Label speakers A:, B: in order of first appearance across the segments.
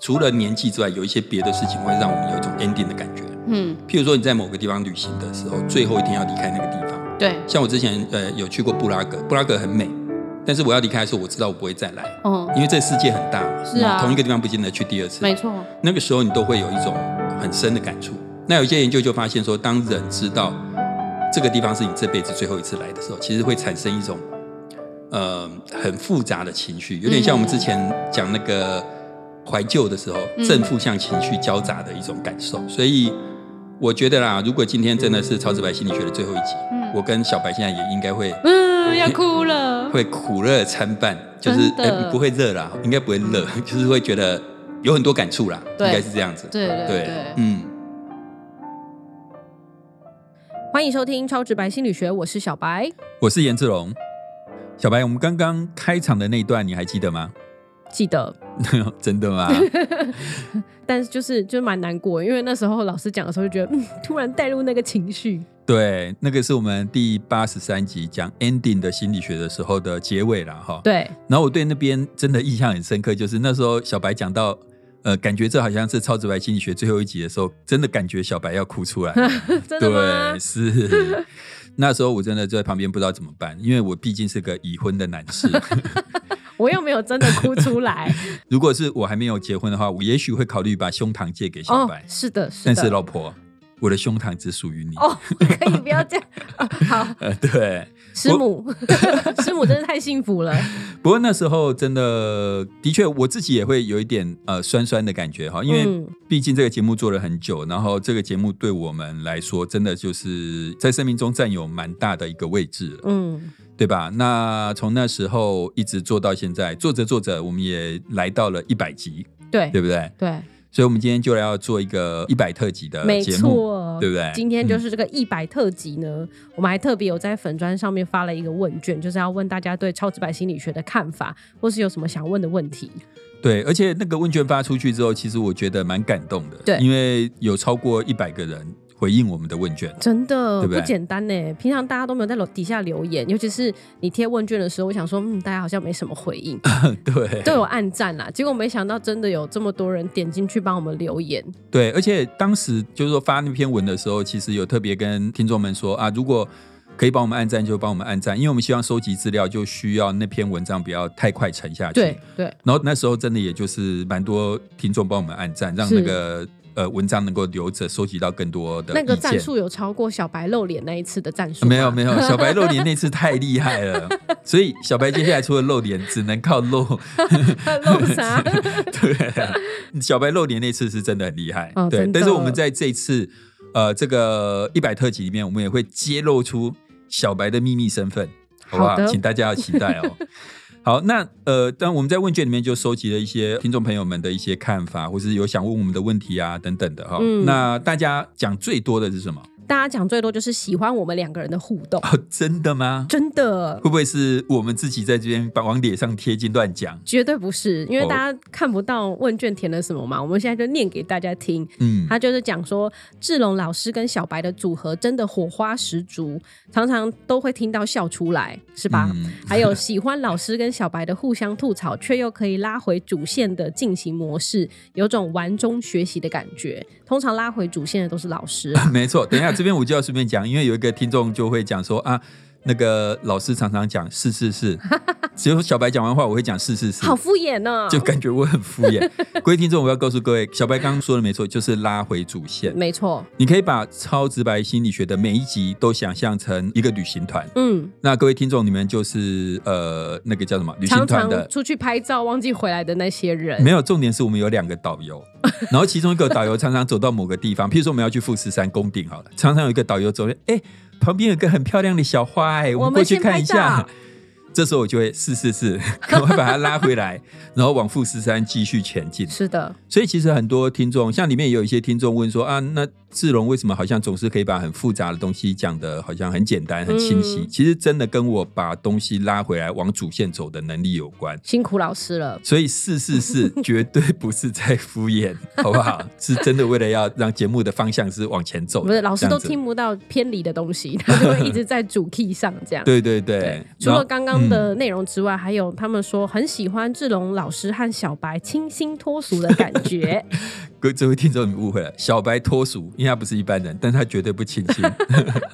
A: 除了年纪之外，有一些别的事情会让我们有一种 ending 的感觉。
B: 嗯，
A: 譬如说你在某个地方旅行的时候，最后一天要离开那个地方。
B: 对，
A: 像我之前呃有去过布拉格，布拉格很美，但是我要离开的时候，我知道我不会再来，
B: 嗯，
A: 因为这世界很大嘛，
B: 是啊
A: 你同一个地方不见得去第二次。
B: 没错，
A: 那个时候你都会有一种很深的感触。那有一些研究就发现说，当人知道这个地方是你这辈子最后一次来的时候，其实会产生一种呃很复杂的情绪，有点像我们之前讲那个怀旧的时候，
B: 嗯
A: 正负向情绪交杂的一种感受。所以我觉得啦，如果今天真的是超直白心理学的最后一集，
B: 嗯
A: 我跟小白现在也应该会
B: 嗯，要哭了，
A: 会苦乐参半，就是
B: 真
A: 哎、
B: 的嗯
A: 不会热啦，应该不会热， 就是会觉得有很多感触啦，应
B: 对
A: 该是这样子。
B: 对对
A: 对，
B: 对，
A: 嗯，
C: 欢迎收听《超直白心理学》，我是小白。
A: 我是颜志龙。小白，我们刚刚开场的那一段你还记得吗？
C: 记得，
A: 真的 吗？
C: 但是就是就是蛮难过，因为那时候老师讲的时候就觉得，嗯，突然带入那个情绪。
A: 对，那个是我们第八十三集讲 ending 的心理学的时候的结尾啦。哈。
C: 对，
A: 然后我对那边真的印象很深刻，就是那时候小白讲到，呃，感觉这好像是超直白心理学最后一集的时候，真的感觉小白要 哭出来了。
C: 真的吗
A: 对，？是。 那时候我真的就在旁边不知道怎么办，因为我毕竟是个已婚的男 士。
C: 我又没有真的哭出来。
A: 如果是我还没有结婚的话，我也许会考虑把胸膛借给 小
C: 哦
A: 白，。
C: 是的，是的。
A: 但是老婆，我的胸膛只属于你。
C: 哦，可以不要这样。 啊好，
A: 呃， 对。
C: 师母， 师母真是太幸福了。
A: 不过那时候真的，的确我自己也会有一点呃酸酸的感觉哈，因为
C: 嗯
A: 毕竟这个节目做了很久，然后这个节目对我们来说，真的就是在生命中占有蛮大的一个位置了。
C: 嗯，
A: 对吧？那从那时候一直做到现在，做着做着，我们也来到了一百集，
C: 对
A: 对不对？
C: 对，
A: 所以，我们今天就要做一个一百特辑的
C: 没
A: 呃节目，
C: 错，
A: 对不对
C: 今天就是这个一百特辑呢，我们还特别有在粉砖上面发了一个问卷，就是要问大家对超直白心理学的看法，或是有什么想问的问题。
A: 嗯对。而且那个问卷发出去之后，其实我觉得蛮感动的，
C: 对
A: 因为有超过一百个人回应我们的问卷，
C: 真的
A: 对不对
C: 简单呢，平常大家都没有在楼底下留言，尤其是你贴问卷的时候，我想说，嗯，大家好像没什么回 应，
A: 对
C: 都有暗赞啦。结果没想到真的有这么多人点进去帮我们留言，
A: 对。而且当时就是说发那篇文的时候，其实有特别跟听众们说啊，如果可以帮我们按赞，就帮我们按赞，因为我们希望收集资料，就需要那篇文章不要太快沉下去。
C: 对对，
A: 然后那时候真的也就是蛮多听众帮我们按赞，让
C: 是
A: 那个呃文章能够留着，收集到更多的
C: 那个
A: 意见
C: 赞数有超过小白露脸那一次的赞数啊
A: 呃
C: 吗，
A: 没有没有，小白露脸那次太厉害了，所以小白接下来除了露脸，只能靠露。
C: 露 啥？
A: 对啊、小白露脸那次是真的很厉害，
C: 哦
A: 对。
C: 真的
A: 但是我们在这一次呃这个一百特辑里面，我们也会揭露出小白的秘密身份，好不好？
C: 好的
A: 请大家要期待哦。好，那呃，当我们在问卷里面就收集了一些听众朋友们的一些看法，或是有想问我们的问题啊等等的哈、
C: 嗯
A: 那大家讲最多的是什么？
C: 大家讲最多就是喜欢我们两个人的互动，
A: 哦，真的吗？
C: 啊真的
A: 会不会是我们自己在这边把往脸上贴金乱讲？
C: 绝对不是，因为
A: 哦
C: 大家看不到问卷填了什么嘛。我们现在就念给大家听，
A: 嗯，
C: 他就是讲说，志龙老师跟小白的组合真的火花十足，常常都会听到笑出来，是吧？
A: 嗯，
C: 还有喜欢老师跟小白的互相吐槽，却又可以拉回主线的进行模式，有种玩中学习的感觉。通常拉回主线的都是老师啊
A: 没错，等一下这边我就要顺便讲，因为有一个听众就会讲说啊，那个老师常常讲是是 是，只有小白讲完话，我会讲是是是，
C: 好哦敷衍啊呢、
A: 就感觉我很敷 衍。各位听众，我要告诉各位，小白刚刚说的没错，就是拉回主线。
C: 没错，
A: 你可以把超直白心理学的每一集都想象成一个旅行团。
C: 嗯，
A: 那各位听众，你们就是呃，那个叫什么旅行
C: 常
A: 团的
C: 常出去拍照忘记回来的那些人，
A: 没有，重点是我们有两个导游，然后其中一个导游常常走到某个地方，譬如说我们要去富士山宫顶好了，常常有一个导游走，哎，旁边有一个很漂亮的小花，哎，
C: 我
A: 们
C: 们
A: 过去看一
C: 先拍
A: 下
C: 照。
A: 这时候我就会是是 是，赶快把它拉回来，然后往富士山继续前进。
C: 是的，
A: 所以其实很多听众，像里面也有一些听众问说啊，那志龙为什么好像总是可以把很复杂的东西讲的好像很简单、很清晰？
C: 嗯
A: 其实真的跟我把东西拉回来往主线走的能力有关。
C: 辛苦老师了。
A: 所以是是是，绝对不是在敷 衍，好不好？是真的为了要让节目的方向是往前走的，
C: 不是老师
A: 这
C: 都
A: 样子
C: 听。不到偏离的东西，他就会一直在主 key 上这 样。
A: 对对对，
C: 对，除
A: 然后
C: 了刚刚刚的内容之外，还有他们说很喜欢志龙老师和小白清新脱俗的感 觉。
A: 各位这位听众，你误会了，小白脱俗，因为他不是一般人，但他绝对不亲 亲，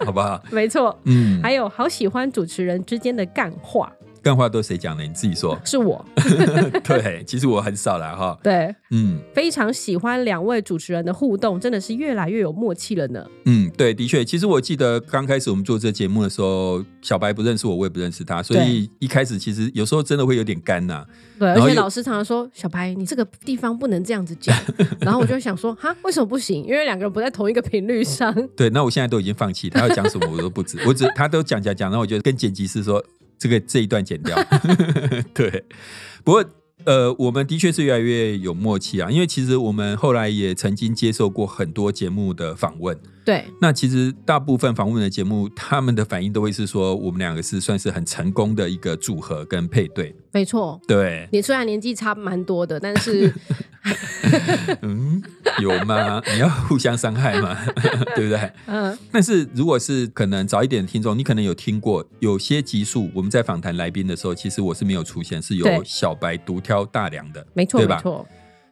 A: 好不好？
C: 没错，
A: 嗯，
C: 还有好喜欢主持人之间的干话，。
A: 干话都谁讲的？你自己说
C: 是我
A: 对，其实我很少啦，哈，
C: 对。
A: 嗯
C: 非常喜欢两位主持人的互动，真的是越来越有默契了呢。
A: 嗯，对，的确，其实我记得刚开始我们做这节目的时候，小白不认识我，我也不认识他，所以一开始其实有时候真的会有点干呐、
C: 对，
A: 然后
C: 而且
A: 又
C: 老师常常说：“小白，你这个地方不能这样子讲。” 然后我就想说：“哈，为什么不行？因为两个人不在同一个频率上。
A: 对，那我现在都已经放弃，他要讲什么我都不知，我只他都讲讲讲，然后我就跟剪辑师说这个这一段剪掉。 对，不过呃，我们的确是越来越有默契啊，因为其实我们后来也曾经接受过很多节目的访问，”
C: 对，
A: 那其实大部分访问的节目，他们的反应都会是说我们两个是算是很成功的一个组合跟配对。
C: 没错。，
A: 对
C: 你虽然年纪差蛮多的，但是
A: 嗯，有 吗？你要互相伤害吗？ 对不对？
C: 嗯、
A: 但是如果是可能早一点的听众，你可能有听过有些集数，我们在访谈来宾的时候，其实我是没有出现，是由
C: 对
A: 小白独挑大梁的。
C: 没错
A: 对
C: 没
A: 吧
C: 错，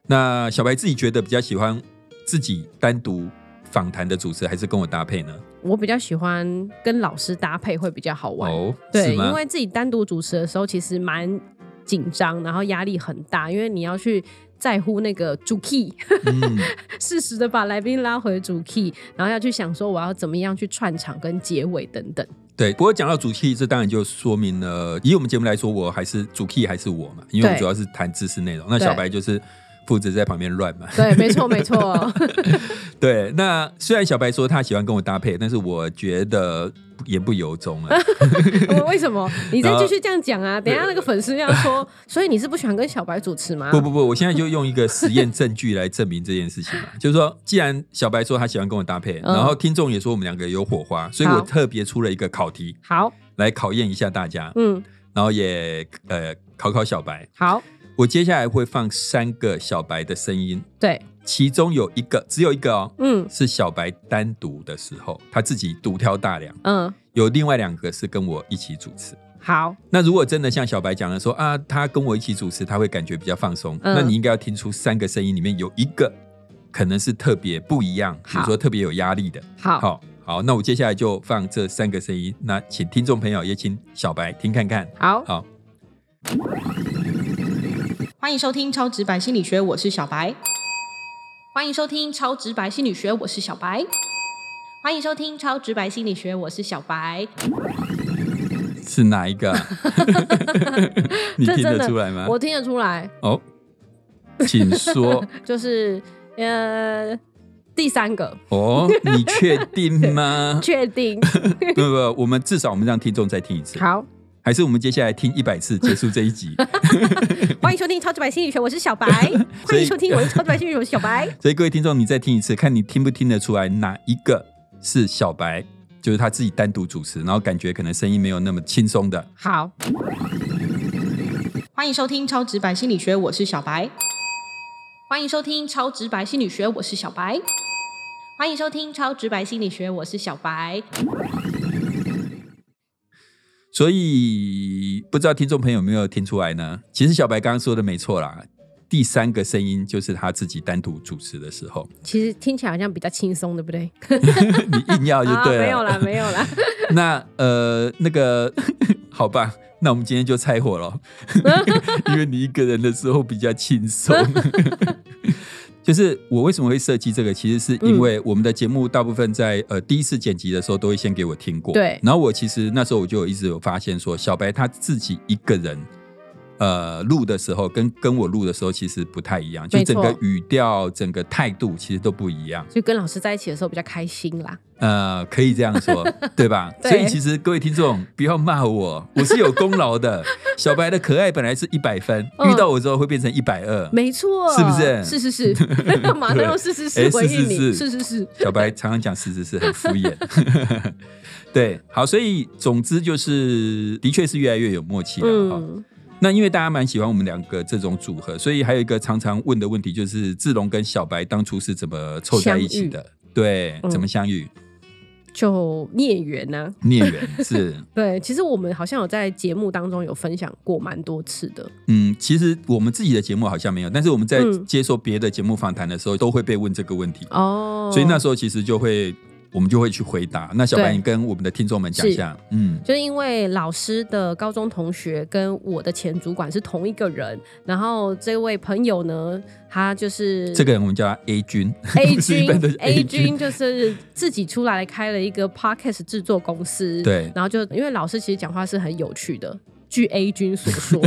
A: 那小白自己觉得比较喜欢自己单独访谈的主持，还是跟我搭配呢？
C: 我比较喜欢跟老师搭配会比较好玩。
A: 哦，
C: 对，
A: 是吗
C: 因为自己单独主持的时候，其实蛮紧张，然后压力很大，因为你要去在乎那个主 key，
A: 嗯，
C: 适时的把来宾拉回主 key，然后要去想说我要怎么样去串场跟结尾等等。
A: 对，不过讲到主 key，这当然就说明了，以我们节目来说，我还是主 key 还是我嘛，因为我们
C: 对
A: 主要是谈知识内容，那
C: 对
A: 小白就是负责在旁边乱嘛。
C: 对，没错，没 错，
A: 对，那虽然小白说他喜欢跟我搭配，但是我觉得言不由衷 啊。
C: 我为什么？你再
A: 然后
C: 继续这样讲啊？等一下那个粉丝要 说，所以你是不喜欢跟小白主持吗？
A: 不不不，我现在就用一个实验证据来证明这件事情 嘛，就是说，既然小白说他喜欢跟我搭配，
C: 嗯
A: 然后听众也说我们两个有火花，所以我
C: 好
A: 特别出了一个考题
C: 好，
A: 来考验一下大家，
C: 嗯，
A: 然后也呃考考小白。
C: 好，
A: 我接下来会放三个小白的声音，
C: 对，
A: 其中有一个，只有一个哦，
C: 嗯
A: 是小白单独的时候，他自己独挑大梁；
C: 嗯，
A: 有另外两个是跟我一起主持。
C: 好，
A: 那如果真的像小白讲的说啊，他跟我一起主持，他会感觉比较放松。
C: 嗯
A: 那你应该要听出三个声音里面有一个可能是特别不一样，比如说特别有压力的。
C: 好，
A: 好好，那我接下来就放这三个声音。那请听众朋友也请小白听看看。
C: 好，
A: 好，
D: 欢迎收听《超直白心理学》，我是小白。欢迎收听《超直白心理学》，我是小白。欢迎收听《超直白心理学》，我是小白。
A: 是哪一个 啊、你听得出来吗？
C: 我听得出来，
A: 哦，请说。
C: 就是呃，第三个，？
A: 哦，你确定吗
C: 确定，
A: 不不不，我们至少我们让听众再听一次，
C: 好，
A: 还是我们接下来听一百次结束这一集？
C: 欢迎收听《超直白心理学》，我是小白，
A: 所
C: 欢
A: 以
C: 迎收听我是超直白心理学我是小白，
A: 所以各位听众，你再听一次，看你听不听得出来哪一个是小白，就是他自己单独主持，然后感觉可能声音没有那么轻松的。
C: 好，
D: 欢迎收听《超直白心理学》，我是小白。欢迎收听《超直白心理学》，我是小白。欢迎收听《超直白心理学》，我是小白。
A: 所以不知道听众朋友有没有听出来呢？其实小白刚刚说的没错啦，第三个声音就是他自己单独主持的时候，
C: 其实听起来好像比较轻松，对不对？
A: 你硬要就啊对了。
C: 啊没有啦，没有啦，
A: 那呃，那个 好吧，那我们今天就拆伙 了，因为你一个人的时候比较轻松。 就是我为什么会设计这个，其实
C: 嗯
A: 是因为我们的节目大部分在呃第一次剪辑的时候都会先给我听过，
C: 对
A: 然后我其实那时候我就有一直有发现说，小白他自己一个人。呃，录的时候跟跟我录的时候其实不太一样，就
C: 没
A: 整
C: 错
A: 个语调、整个态度其实都不一样。
C: 就跟老师在一起的时候比较开心啦。
A: 呃，可以这样 说，对吧？
C: 对
A: 所以其实各位听众不要骂我，我是有功劳 的。小白的可爱本来是一百分，
C: 嗯
A: 遇到我之后会变成一百二。
C: 没错，
A: 是不是
C: 是是 是，马上用是是
A: 哎
C: 是回应你，
A: 是是
C: 是是是，
A: 小白常常讲事实是很敷衍。对，好，所以总之就是，的确是越来越有默契了哈、
C: 嗯，
A: 那因为大家蛮喜欢我们两个这种组合，所以还有一个常常问的问题就是，志龙跟小白当初是怎么凑在一起的？对，
C: 嗯
A: 怎么相遇？
C: 就孽缘呢、
A: 孽缘是，
C: 对，其实我们好像有在节目当中有分享过蛮多次的，
A: 嗯，其实我们自己的节目好像没有，但是我们在
C: 嗯
A: 接受别的节目访谈的时候，都会被问这个问题，
C: 哦
A: 所以那时候其实就会我们就会去回答。那小白，
C: 对
A: 你跟我们的听众们讲一下，嗯，
C: 就是因为老师的高中同学跟我的前主管是同一个人，然后这位朋友呢，他就是
A: 这个人我们叫他 A 君
C: A
A: 不是一
C: 君
A: 般的
C: A 君就是自己出来开了一个 podcast 制作公司，
A: 对
C: 然后就因为老师其实讲话是很有趣的。据 A 君 所说，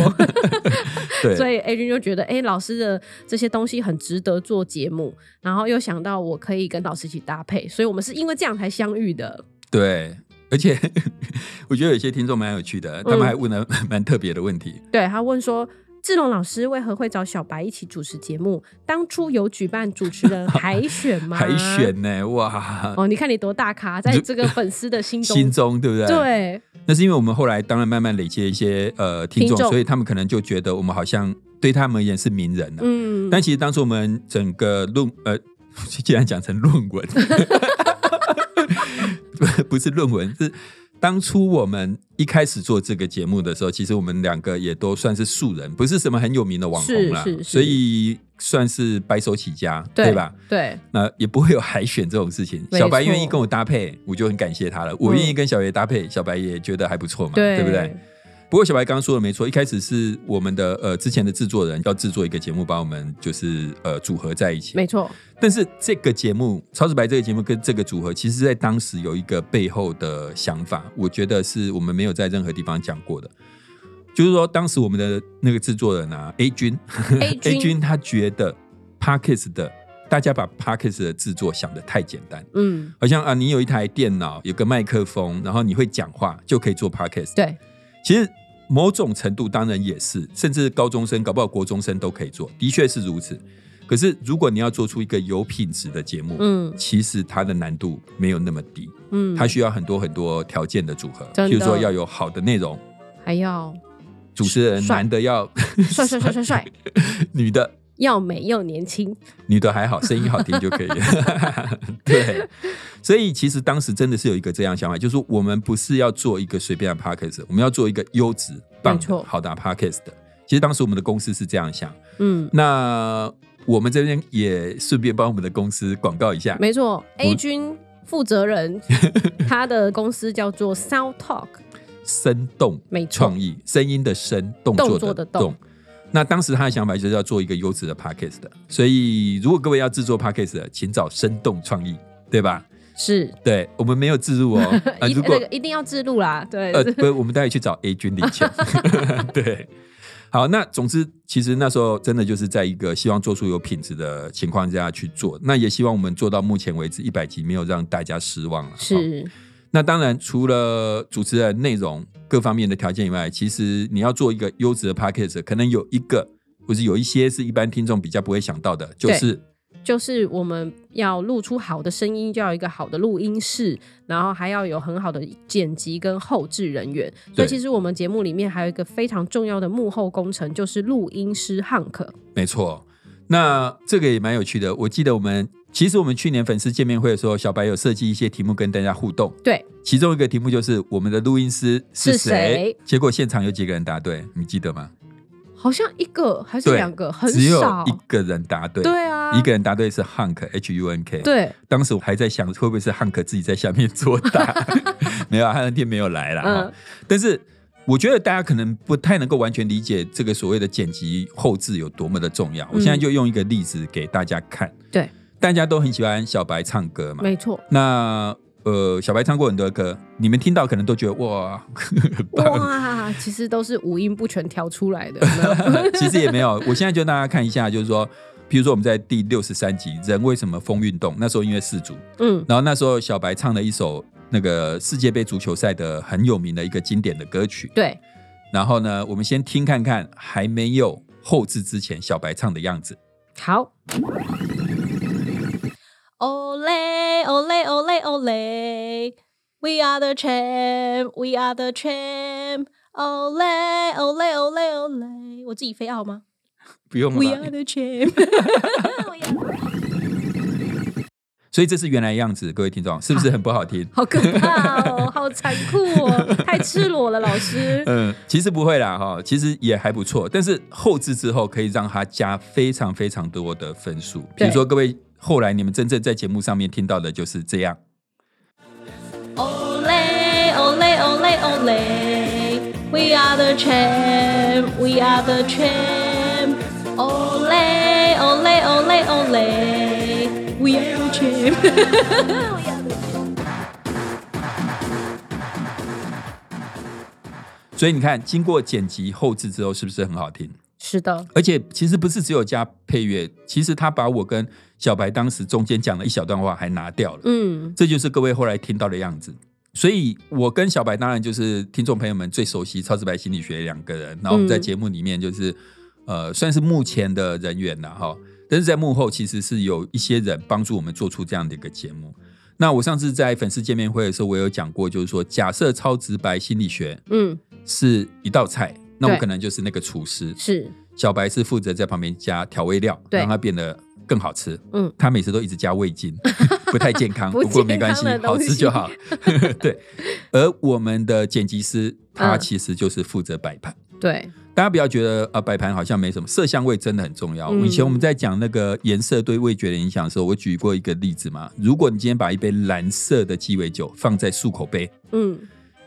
C: 所
A: 对，
C: 以 A 君就觉得，哎、老师的这些东西很值得做节目，然后又想到我可以跟老师一起搭配，所以我们是因为这样才相遇的。
A: 对，而且 我觉得有些听众蛮有趣的，他们
C: 嗯
A: 还问了蛮特别的问题，
C: 对他问说，志龙老师为何会找小白一起主持节目？当初有举办主持 人海选吗？
A: 海选呢，哇，
C: 哦，你看你多大咖，在这个粉丝的 心中，
A: 心中对不对？。
C: 对
A: 那是因为我们后来当然慢慢累积了一些呃听众，
C: 听众
A: 所以他们可能就觉得我们好像对他们而言是名人了、
C: 嗯，
A: 但其实当时我们整个论呃， 竟然讲成论文， 不是论文是。当初我们一开始做这个节目的时候，其实我们两个也都算是素人，不是什么很有名的网红啦
C: 是是，是
A: 所以算是白手起家，
C: 对
A: 对吧？
C: 对
A: 那也不会有海选这种事情。
C: 没错嗯
A: 小白愿意跟我搭配，我就很感谢他了。我愿意跟小白搭配，小白也觉得还不错嘛，
C: 对，
A: 不对？？不过小白刚刚说的没错，一开始是我们的呃之前的制作人要制作一个节目，把我们就是呃组合在一起。
C: 没错，
A: 但是这个节目《超直白》这个节目跟这个组合，其实在当时有一个背后的想法，我觉得是我们没有在任何地方讲过的。就是说，当时我们的那个制作人啊，A 君
C: A 君
A: 他觉得 Parkes 的大家把 Parkes 的制作想得太简单，
C: 嗯，
A: 好像啊，你有一台电脑，有个麦克风，然后你会讲话就可以做 Parkes。
C: 对，
A: 其实某种程度当然也是，甚至高中生，搞不好国中生都可以做，的确是如此。可是如果你要做出一个有品质的节目，
C: 嗯
A: 其实它的难度没有那么低，
C: 嗯，
A: 它需要很多很多条件的组合，
C: 真的
A: 譬如说要有好的内容，
C: 还要
A: 主持人
C: 帅
A: 男的要
C: 帅帅帅帅帅，
A: 女的
C: 要美又年轻，
A: 女的还好，声音好听就可以。 对，所以其实当时真的是有一个这样想法，就是我们不是要做一个随便的 podcast，我们要做一个优质、棒
C: 没
A: 的、
C: 错
A: 好的 podcast 的。其实当时我们的公司是这样想，
C: 嗯，
A: 那我们这边也顺便帮我们的公司广告一下。
C: 没错，A 君。负责 人，他的公司叫做 Sound Talk，
A: 生动
C: 没错
A: 创意，声音的声，动作
C: 动作
A: 的
C: 的
A: 动
C: 动。
A: 那当时他的想法就是要做一个优质的 podcast 的，所以如果各位要制作 podcast 的，请找生动创意，对吧？
C: 是
A: 对我们没有自 入哦，啊，
C: 一
A: 如果
C: 那个一定要自录啦，对，
A: 呃，不，我们待会去找 A 君领 钱。 对，好，那总之，其实那时候真的就是在一个希望做出有品质的情况下去做，那也希望我们做到目前为止一百集没有让大家失望了。哦
C: 是
A: 那当然，除了主持人内容各方面的条件以外，其实你要做一个优质的 p a c k a g e 可能有一个或是有一些是一般听众比较不会想到的，就
C: 对
A: 是
C: 就是我们要录出好的声音，就要有一个好的录音室，然后还要有很好的剪辑跟后置人员。所
A: 对
C: 以其实我们节目里面还有一个非常重要的幕后工程，就是录音师 Hank。
A: 没错，那这个也蛮有趣的。我记得我们其实我们去年粉丝见面会的时候，小白有设计一些题目跟大家互动，
C: 对，
A: 其中一个题目就是我们的录音师是谁，
C: 是谁
A: 结果现场有几个人答对，你记得吗？
C: 好像一个还是
A: 对
C: 两个，很
A: 只有
C: 少。
A: 一个人答对，
C: 对啊，
A: 一个人答对是 Hunk H U N K，，
C: 对，
A: 当时我还在想会不会是汉克自己在下面作 答，没有啊，他那天没有来啦。
C: 嗯
A: 哈但是我觉得大家可能不太能够完全理解这个所谓的剪辑后置有多么的重要。我现在就用一个例子给大家看。
C: 嗯对，
A: 大家都很喜欢小白唱歌嘛。
C: 没错。
A: 那呃，小白唱过很多歌，你们听到可能都觉得哇， 很棒。
C: 哇，其实都是五音不全调出来的，有 没有
A: 其实也没有，我现在就大家看一下，就是说，比如说我们在第六十三集《人为什么疯运动》，那时候因为四组，
C: 嗯，
A: 然后那时候小白唱了一首那个世界杯足球赛的很有名的一个经典的歌曲。
C: 对，
A: 然后呢，我们先听看看还没有后置之前小白唱的样子。
C: 好，
D: Ole, ole, ole, ole. We are the champ, we are the champ. Ole, ole, ole, ole. 我自己飞傲吗
A: 不用
D: ？We are the champ.
A: 所以这是原来样子，各位听众是不是很不好听？
C: 好可怕哦，好残酷哦，太赤裸了，老师。
A: 嗯，其实不会啦，哈，其实也还不错。但是后置之后可以让它加非常非常多的分数，比如说各位后来你们真正在节目上面听到的就是这样。
D: 哦嘞哦嘞哦嘞哦嘞，We are the champ, We are the champ。哦嘞哦嘞哦嘞哦嘞，We are the champ。
A: 所以你看，经过剪辑后置之后，是不是很好听？
C: 是的，
A: 而且其实不是只有加配乐，其实他把我跟小白当时中间讲了一小段话还拿掉了，
C: 嗯，
A: 这就是各位后来听到的样子。所以，我跟小白当然就是听众朋友们最熟悉超直白心理学两个人，然后我们在节目里面就是、呃，算是目前的人员了哈。但是在幕后其实是有一些人帮助我们做出这样的一个节目。那我上次在粉丝见面会的时候，我有讲过，就是说，假设超直白心理学
C: 嗯，
A: 是一道菜，那我
C: 对
A: 可能就是那个厨师，
C: 是，
A: 小白是负责在旁边加调味料，
C: 对
A: 让它变得更好吃。
C: 嗯，
A: 他每次都一直加味 精，不太健康，
C: 不
A: 不过没关系
C: 健康，的
A: 好
C: 东西
A: 吃就好。 对，而我们的剪辑师他
C: 嗯
A: 其实就是负责摆盘。
C: 对，
A: 大家不要觉得啊、呃摆盘好像没什么，色香味真的很重要。
C: 嗯
A: 以前我们在讲那个颜色对味觉的影响的时候，我举过一个例子嘛。如果你今天把一杯蓝色的鸡尾酒放在漱口杯，
C: 嗯，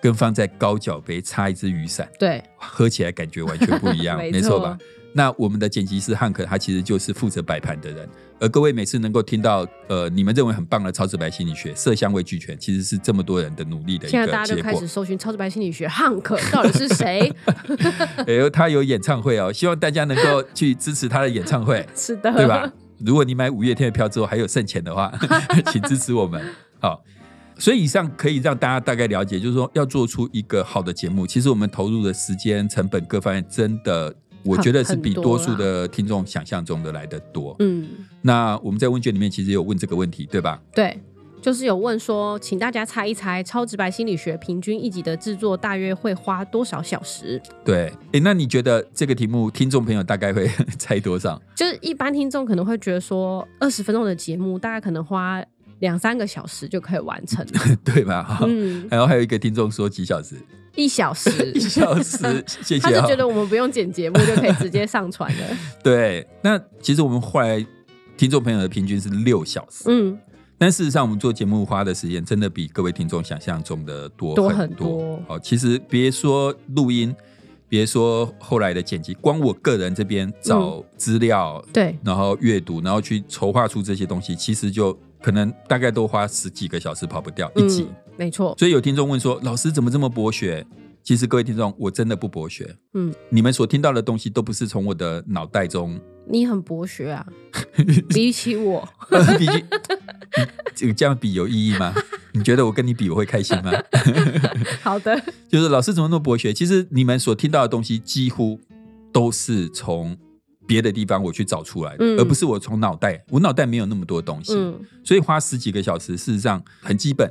A: 跟放在高脚杯插一支雨伞，
C: 对，
A: 喝起来感觉完全不一 样，
C: 没
A: 没错
C: 错
A: 吧？那我们的剪辑师汉克，他其实就是负责摆盘的人。而各位每次能够听到，呃，你们认为很棒的超直白心理学、色香味俱全，其实是这么多人的努力的一
C: 现在大
A: 个
C: 家就
A: 结
C: 开
A: 果
C: 始。搜寻超直白心理学汉克到底是 谁？，
A: 哎呦，他有演唱会哦，希望大家能够去支持他的演唱会
C: 是的，
A: 对 吧？？如果你买五月天的票之后还有剩钱的话， 请支持我们。好，所以以上可以让大家大概了解，就是说要做出一个好的节目，其实我们投入的时间、成本各方面真的。我觉得是比
C: 很多
A: 多
C: 啦
A: 数的听众想象中的来的多。
C: 嗯，
A: 那我们在问卷里面其实有问这个问题，对吧？
C: 对，就是有问说，请大家猜一猜，超直白心理学平均一集的制作大约会花多少小时？
A: 对，诶，那你觉得这个题目听众朋友大概会猜多少？
C: 就是一般听众可能会觉得说，二十分钟的节目大概可能花两三个小时就可以完成了。
A: 对吧？哈、
C: 嗯，
A: 然后还有一个听众说几小 时，
C: 一小 时，
A: 一小 时，谢谢、
C: 他
A: 啊。
C: 就觉得我们不用剪节目就可以直接上传 了。
A: 对，那其实我们后来听众朋友的平均是六小时，
C: 嗯，
A: 但事实上我们做节目花的时间真的比各位听众想象中的多
C: 多
A: 很
C: 很多
A: 哦，其实别说录音，别说后来的剪辑，光我个人这边
C: 嗯
A: 找资料，
C: 对，
A: 然后阅读，然后去筹划出这些东西，其实就可能大概都花十几个小时跑不掉一集。
C: 嗯，没错，
A: 所以有听众问说：“老师怎么这么博学？”其实各位听众，我真的不博学。
C: 嗯，
A: 你们所听到的东西都不是从我的脑袋中
C: 你很博 学啊，比起我，
A: 比起你这个这样比有意义吗？你觉得我跟你比我会开心吗？
C: 好的，
A: 就是老师怎么那么博学？其实你们所听到的东西几乎都是从别的地方我去找出来的，
C: 嗯
A: 而不是我从脑袋，我脑袋没有那么多东西，
C: 嗯，
A: 所以花十几个小时事实上很基本。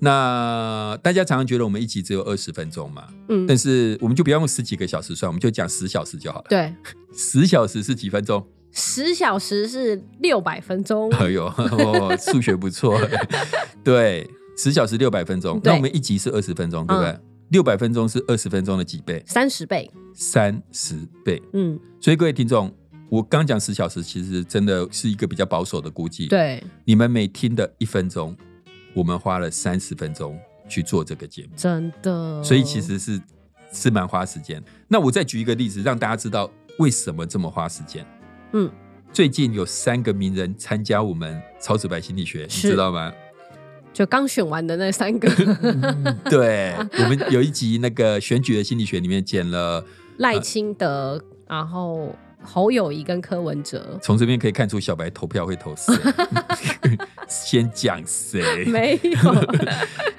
A: 那大家常常觉得我们一集只有二十分钟嘛，
C: 嗯
A: 但，是我们就不要用十几个小时算，我们就讲十小时就好了。
C: 对，
A: 十小时是几分钟？
C: 十小时是六百分钟，
A: 哎呦，哦，数学不错。 对，十小时六百分钟，
C: 对
A: 那我们一集是二十分钟，对不对
C: 嗯？
A: 六百、分钟是二十分钟的几倍？
C: 三十倍，
A: 三十倍。
C: 嗯，
A: 所以各位听众，我刚讲十小时，其实真的是一个比较保守的估计。，
C: 对，
A: 你们每听的一分钟，我们花了三十分钟去做这个节目，
C: 真的，
A: 所以其实是是蛮花时间。那我再举一个例子，让大家知道为什么这么花时间。
C: 嗯，
A: 最近有三个名人参加我们超直白心理学，你
C: 是
A: 知道吗？
C: 就刚选完的那三个
A: 对，我们有一集那个选举的心理学里面剪了，
C: 赖清德，然后侯友谊跟柯 文哲，
A: 从这边可以看出小白投票会投 谁，先讲谁。
C: 没有，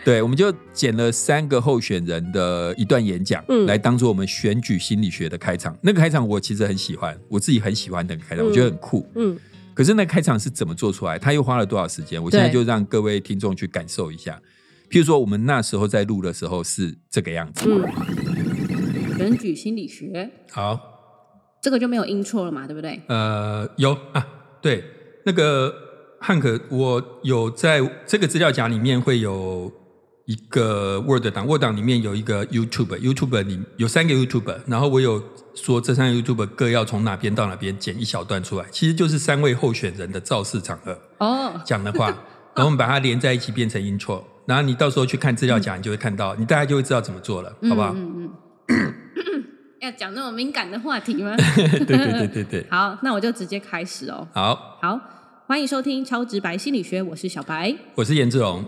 A: 对，我们就剪了三个候选人的一段演讲，
C: 嗯
A: 来当做我们选举心理学的开场。那个开场我其实很喜欢，我自己很喜欢那个开场，
C: 嗯
A: 我觉得很酷。
C: 嗯，
A: 可是那个开场是怎么做出来？他又花了多少时间？我现在就让各位听众去感受一下。譬如说，我们那时候在录的时候是这个样子。
C: 嗯
E: 选举心理学，
A: 好，
E: 这个就没有 intro 了嘛，对不对？
A: 呃，有啊，对，那个汉克，我有在这个资料夹里面会有一个 Word 档，Word 档里面有一个 YouTube，YouTube 里有三个 YouTube，然后我有说这三个 YouTube 各要从哪边到哪边剪一小段出来，其实就是三位候选人的造势场合
E: 哦，
A: 讲的 话，然后我们把它连在一起变成 intro，然后你到时候去看资料夹，你就会看到，你大概就会知道怎么做了，好不好？
E: 嗯嗯嗯要讲那种敏感的话题吗？
A: 对对对对对，
E: 好，那我就直接开始哦。
A: 好，
E: 好，欢迎收听《超直白心理学》，我是小白。
A: 我是颜志龙。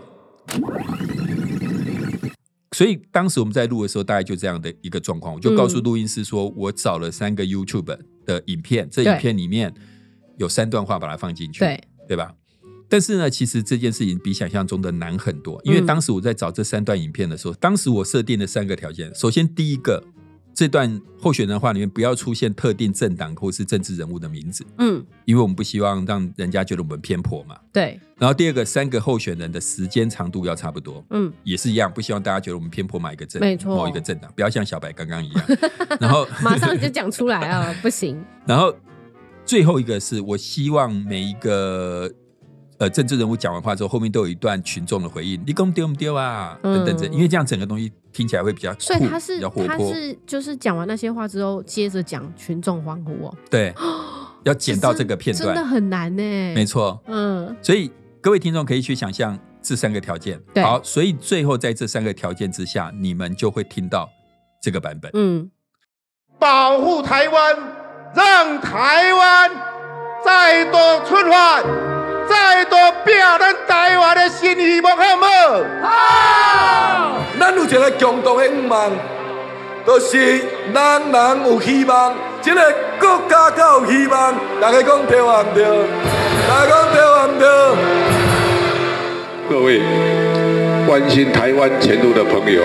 A: 所以当时我们在录的时候，大概就这样的一个状况，我就告
C: 嗯
A: 诉录音师说，我找了三个 YouTube 的影片，这
C: 对
A: 影片里面有三段话，把它放进去，
C: 对，
A: 对吧？但是呢，其实这件事情比想象中的难很多，因为
C: 嗯
A: 当时我在找这三段影片的时候，当时我设定的三个条件，首先第一个，这段候选人的话里面不要出现特定政党或是政治人物的名字，
C: 嗯，
A: 因为我们不希望让人家觉得我们偏颇嘛。
C: 对，
A: 然后第二个，三个候选人的时间长度要差不多，
C: 嗯，
A: 也是一样，不希望大家觉得我们偏颇某一个政，
C: 没错
A: 某一个政党，不要像小白刚刚一样。 然后，
C: 马上就讲出来啊， 不行，
A: 然后最后一个是我希望每一个呃政治人物讲完话之后，后面都有一段群众的回应，你跟丢不丢啊？
C: 嗯
A: 等等等，因为这样整个东西听起来会比较酷，
C: 所以他是
A: 比较活
C: 他
A: 泼，
C: 是就是讲完那些话之后，接着讲群众欢呼哦，
A: 对，要剪到这个片
C: 真的
A: 段，
C: 很难呢，
A: 没错。
C: 嗯，
A: 所以各位听众可以去想象这三个条件。
C: 对
A: 好，所以最后在这三个条件之下，你们就会听到这个版本。
C: 嗯
F: 保护台湾，让台湾再多出发，再多拼咱台湾的新希望，好无？
G: 咱有一个共同的愿望，就是人人有希望，这个国家才有希望。大家讲对啊？不对？大家讲对啊？不对？
H: 各位关心台湾前途的朋友，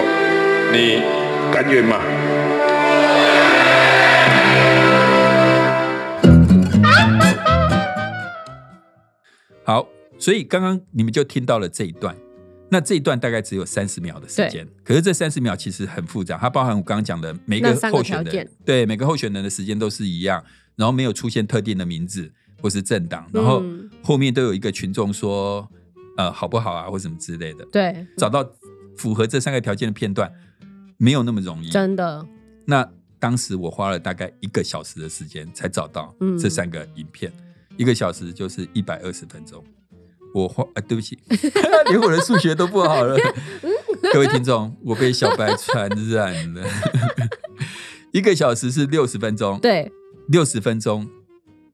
H: 你甘愿吗？
A: 好，所以刚刚你们就听到了这一段。那这一段大概只有三十秒的时间，可是这三十秒其实很复杂，它包含我刚刚讲的每个
C: 那三个
A: 候选
C: 条
A: 人
C: 件，
A: 对每个候选人的时间都是一样，然后没有出现特定的名字或是政党，然后
C: 嗯
A: 后面都有一个群众说，呃，好不好啊，或什么之类的。
C: 对，
A: 找到符合这三个条件的片段，没有那么容易。
C: 真的，
A: 那当时我花了大概一个小时的时间才找到
C: 嗯
A: 这三个影片，一个小时就是一百二十分钟。我花啊，对不起， 连我的数学都不 好了。各位听众，我被小白传染了。 一个小时是六十分钟，，
C: 对，
A: 六十分钟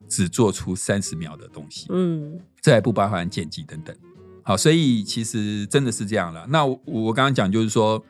A: 只做出三十秒的东西，
C: 嗯
A: 这还不包含剪辑等等。好，所以其实真的是这样了。那我我刚刚讲就是说，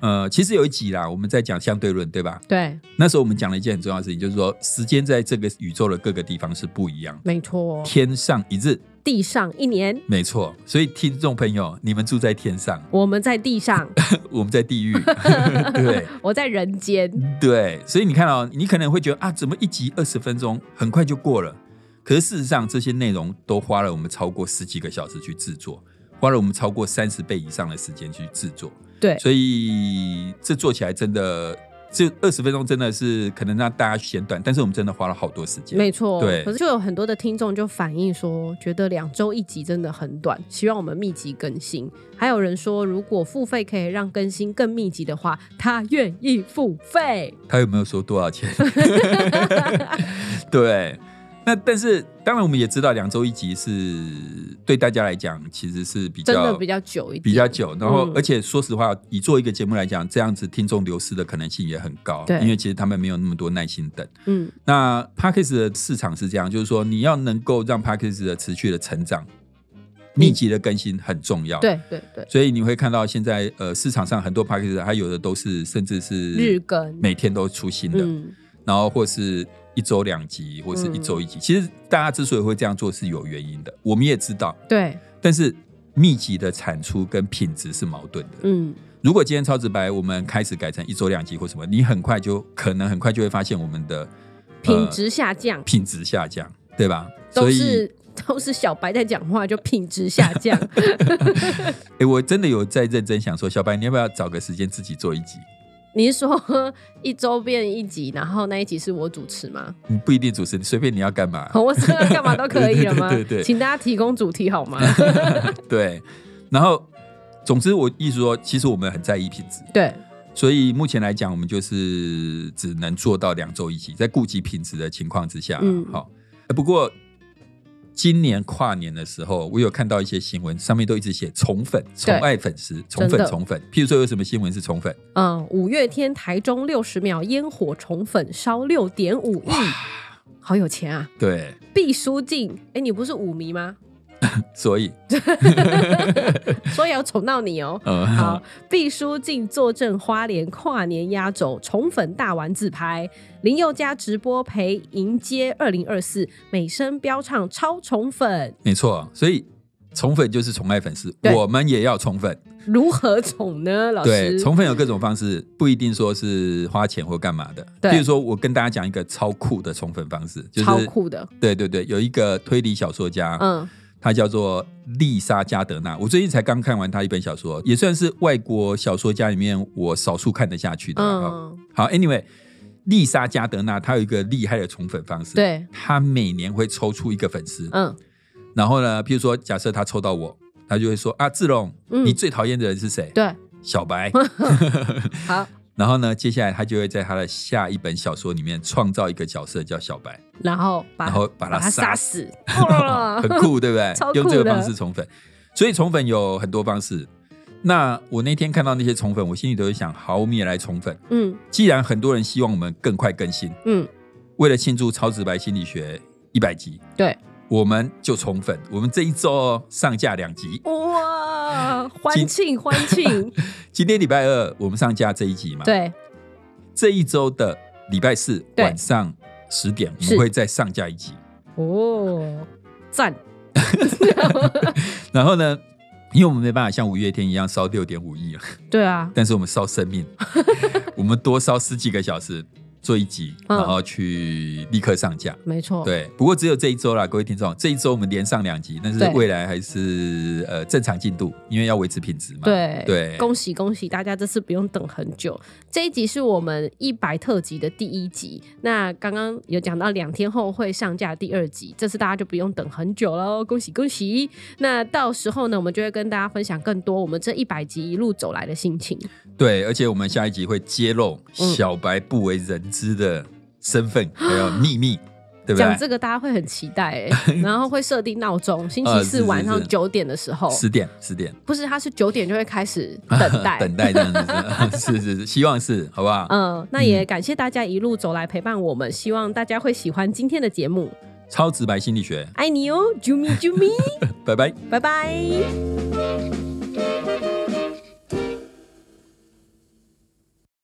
A: 呃，其实有一集啦，我们在讲相对论，对吧？
C: 对，
A: 那时候我们讲了一件很重要的事情，就是说时间在这个宇宙的各个地方是不一样的，
C: 没错，哦
A: 天上一日，
C: 地上一年，
A: 没错。所以听众朋友，你们住在天上，
C: 我们在地上，
A: 我们在地狱， 对嗯
C: 我在人间，
A: 对。所以你看哦，你可能会觉得啊，怎么一集二十分钟很快就过了？可是事实上，这些内容都花了我们超过十几个小时去制作，花了我们超过三十倍以上的时间去制作。
C: 对
A: 所以这做起来真的，这二十分钟真的是可能让大家嫌短，但是我们真的花了好多时间。
C: 没错，哦
A: 对
C: 可是就有很多的听众就反映说，觉得两周一集真的很短，希望我们密集更新。还有人说，如果付费可以让更新更密集的话，他愿意付费。
A: 他有没有说多少钱？ 对，那但是当然我们也知道，两周一集是对大家来讲其实是比较
C: 真的比较久一点，
A: 比较久，然后、
C: 嗯
A: 而且说实话，以做一个节目来讲，这样子听众流失的可能性也很高，
C: 对
A: 因为其实他们没有那么多耐心等。
C: 嗯，
A: 那 p a c k a g e 的市场是这样，就是说你要能够让 p a c k a g e 的持续的成长，密集的更新很重要。。
C: 对对对，
A: 所以你会看到现在呃市场上很多 p a c k a g e 它有的都是甚至是
C: 日更，
A: 每天都出新的，
C: 嗯，
A: 然后或是一周两集，或是一周一集。其实大家之所以会这样做是有原因的，我们也知道，
C: 对，
A: 但是密集的产出跟品质是矛盾的。
C: 嗯，
A: 如果今天超直白，我们开始改成一周两集或什么，你很快就可能很快就会发现我们的
C: 品
A: 呃
C: 质下降，
A: 品质下降，对吧？
C: 都
A: 所以，
C: 是都是小白在讲话，就品质下 降。
A: 哎、我真的有在认真想说，小白，你要不要找个时间自己做一集？
C: 你是说一周变一集，然后那一集是我主持吗？
A: 你不一定主持，你随便你要干嘛。
C: 我这个干嘛都可以了吗？
A: 对对对对
C: 请大家提供主题好 吗？
A: 对，然后总之我意思说，其实我们很在意品质，
C: 对，
A: 所以目前来讲，我们就是只能做到两周一集，在顾及品质的情况之下，
C: 嗯
A: 好。呃不过今年跨年的时候，我有看到一些新闻，上面都一直写宠粉、宠
C: 对
A: 爱粉丝、宠粉
C: 真、的
A: 宠粉。譬如说，有什么新闻是宠粉？
C: 嗯，五月天台中六十秒烟火宠粉烧六点五亿，好有钱啊！
A: 对，
C: 毕书尽，哎，你不是舞迷吗？
A: 所以
C: 所以要宠到你哦。
A: 呃，
C: 好，毕书尽坐镇花莲跨年压轴，宠粉大玩自拍。林宥嘉直播陪迎接二零二四，美声飙唱超宠粉，
A: 没错，所以宠粉就是宠爱粉丝，
C: 对
A: 我们也要宠粉。
C: 如何宠呢？老
A: 对，
C: 师，
A: 宠粉有各种方式，不一定说是花钱或干嘛的。
C: 对
A: 譬如说我跟大家讲一个超酷的宠粉方式，就是
C: 超酷的，
A: 对对对，有一个推理小说家，
C: 嗯，
A: 他叫做丽莎加德纳。我最近才刚看完他一本小说，也算是外国小说家里面我少数看得下去的啦。哦
C: 嗯
A: 好，anyway，丽莎加德纳她有一个厉害的宠粉方式，
C: 对，
A: 她每年会抽出一个粉丝，
C: 嗯，
A: 然后呢，譬如说假设她抽到我，她就会说啊，志龙，
C: 嗯
A: 你最讨厌的人是谁？
C: 对，
A: 小白。
C: 好，
A: 然后呢，接下来她就会在她的下一本小说里面创造一个角色叫小白，
C: 然后把
A: 然后把
C: 把
A: 他
C: 他
A: 杀
C: 杀
A: 死。
C: 死，哇
A: 很酷，对不对？
C: 哦超酷的
A: 用这个方式宠粉，所以宠粉有很多方式。那我那天看到那些宠粉，我心里都会想，好，我们也来宠粉。
C: 嗯
A: 既然很多人希望我们更快更新，
C: 嗯，
A: 为了庆祝《超直白心理学》一百集，
C: 对，
A: 我们就宠粉。我们这一周哦上架两集，
C: 哇，欢
A: 今
C: 庆欢 庆，
A: 今天礼拜二我们上架这一集嘛？，
C: 对，
A: 这一周的礼拜四
C: 对
A: 晚上十点，我
C: 是
A: 们会再上架一集。
C: 哦，赞，
A: 然后呢，因为我们没办法像五月天一样烧六点五亿了。
C: 对啊，
A: 但是我们烧生 命，我们多烧十几个小时做一集，
C: 嗯
A: 然后去立刻上架。
C: 没错，
A: 对，不过只有这一周啦，各位听众，这一周我们连上两集，但是
C: 对
A: 未来还是呃正常进度，因为要维持品质嘛。
C: 对
A: 对，
C: 恭喜恭喜大家，这次不用等很久。这一集是我们一百特辑的第一集，那刚刚有讲到两天后会上架第二集，这次大家就不用等很久喽，恭喜恭喜！那到时候呢，我们就会跟大家分享更多我们这一百集一路走来的心情。
A: 对，而且我们下一集会揭露
C: 嗯
A: 小白不为人知的身 份、还有秘密，对不
C: 讲
A: 对？
C: 这个大家会很期 待、欸，然后会设定闹钟，星期
A: 呃
C: 四
A: 是
C: 晚上
A: 是
C: 九点的时候，
A: 十点，十点，
C: 不是，它是九点就会开始等 待，
A: 等待这样子， 是是是，希望是，好不好？
C: 嗯，那也感谢大家一路走来陪伴我们，希望大家会喜欢今天的节目，
A: 超直白心理学，
C: 爱你哦，啾咪啾咪，
A: 拜拜。
C: 拜拜。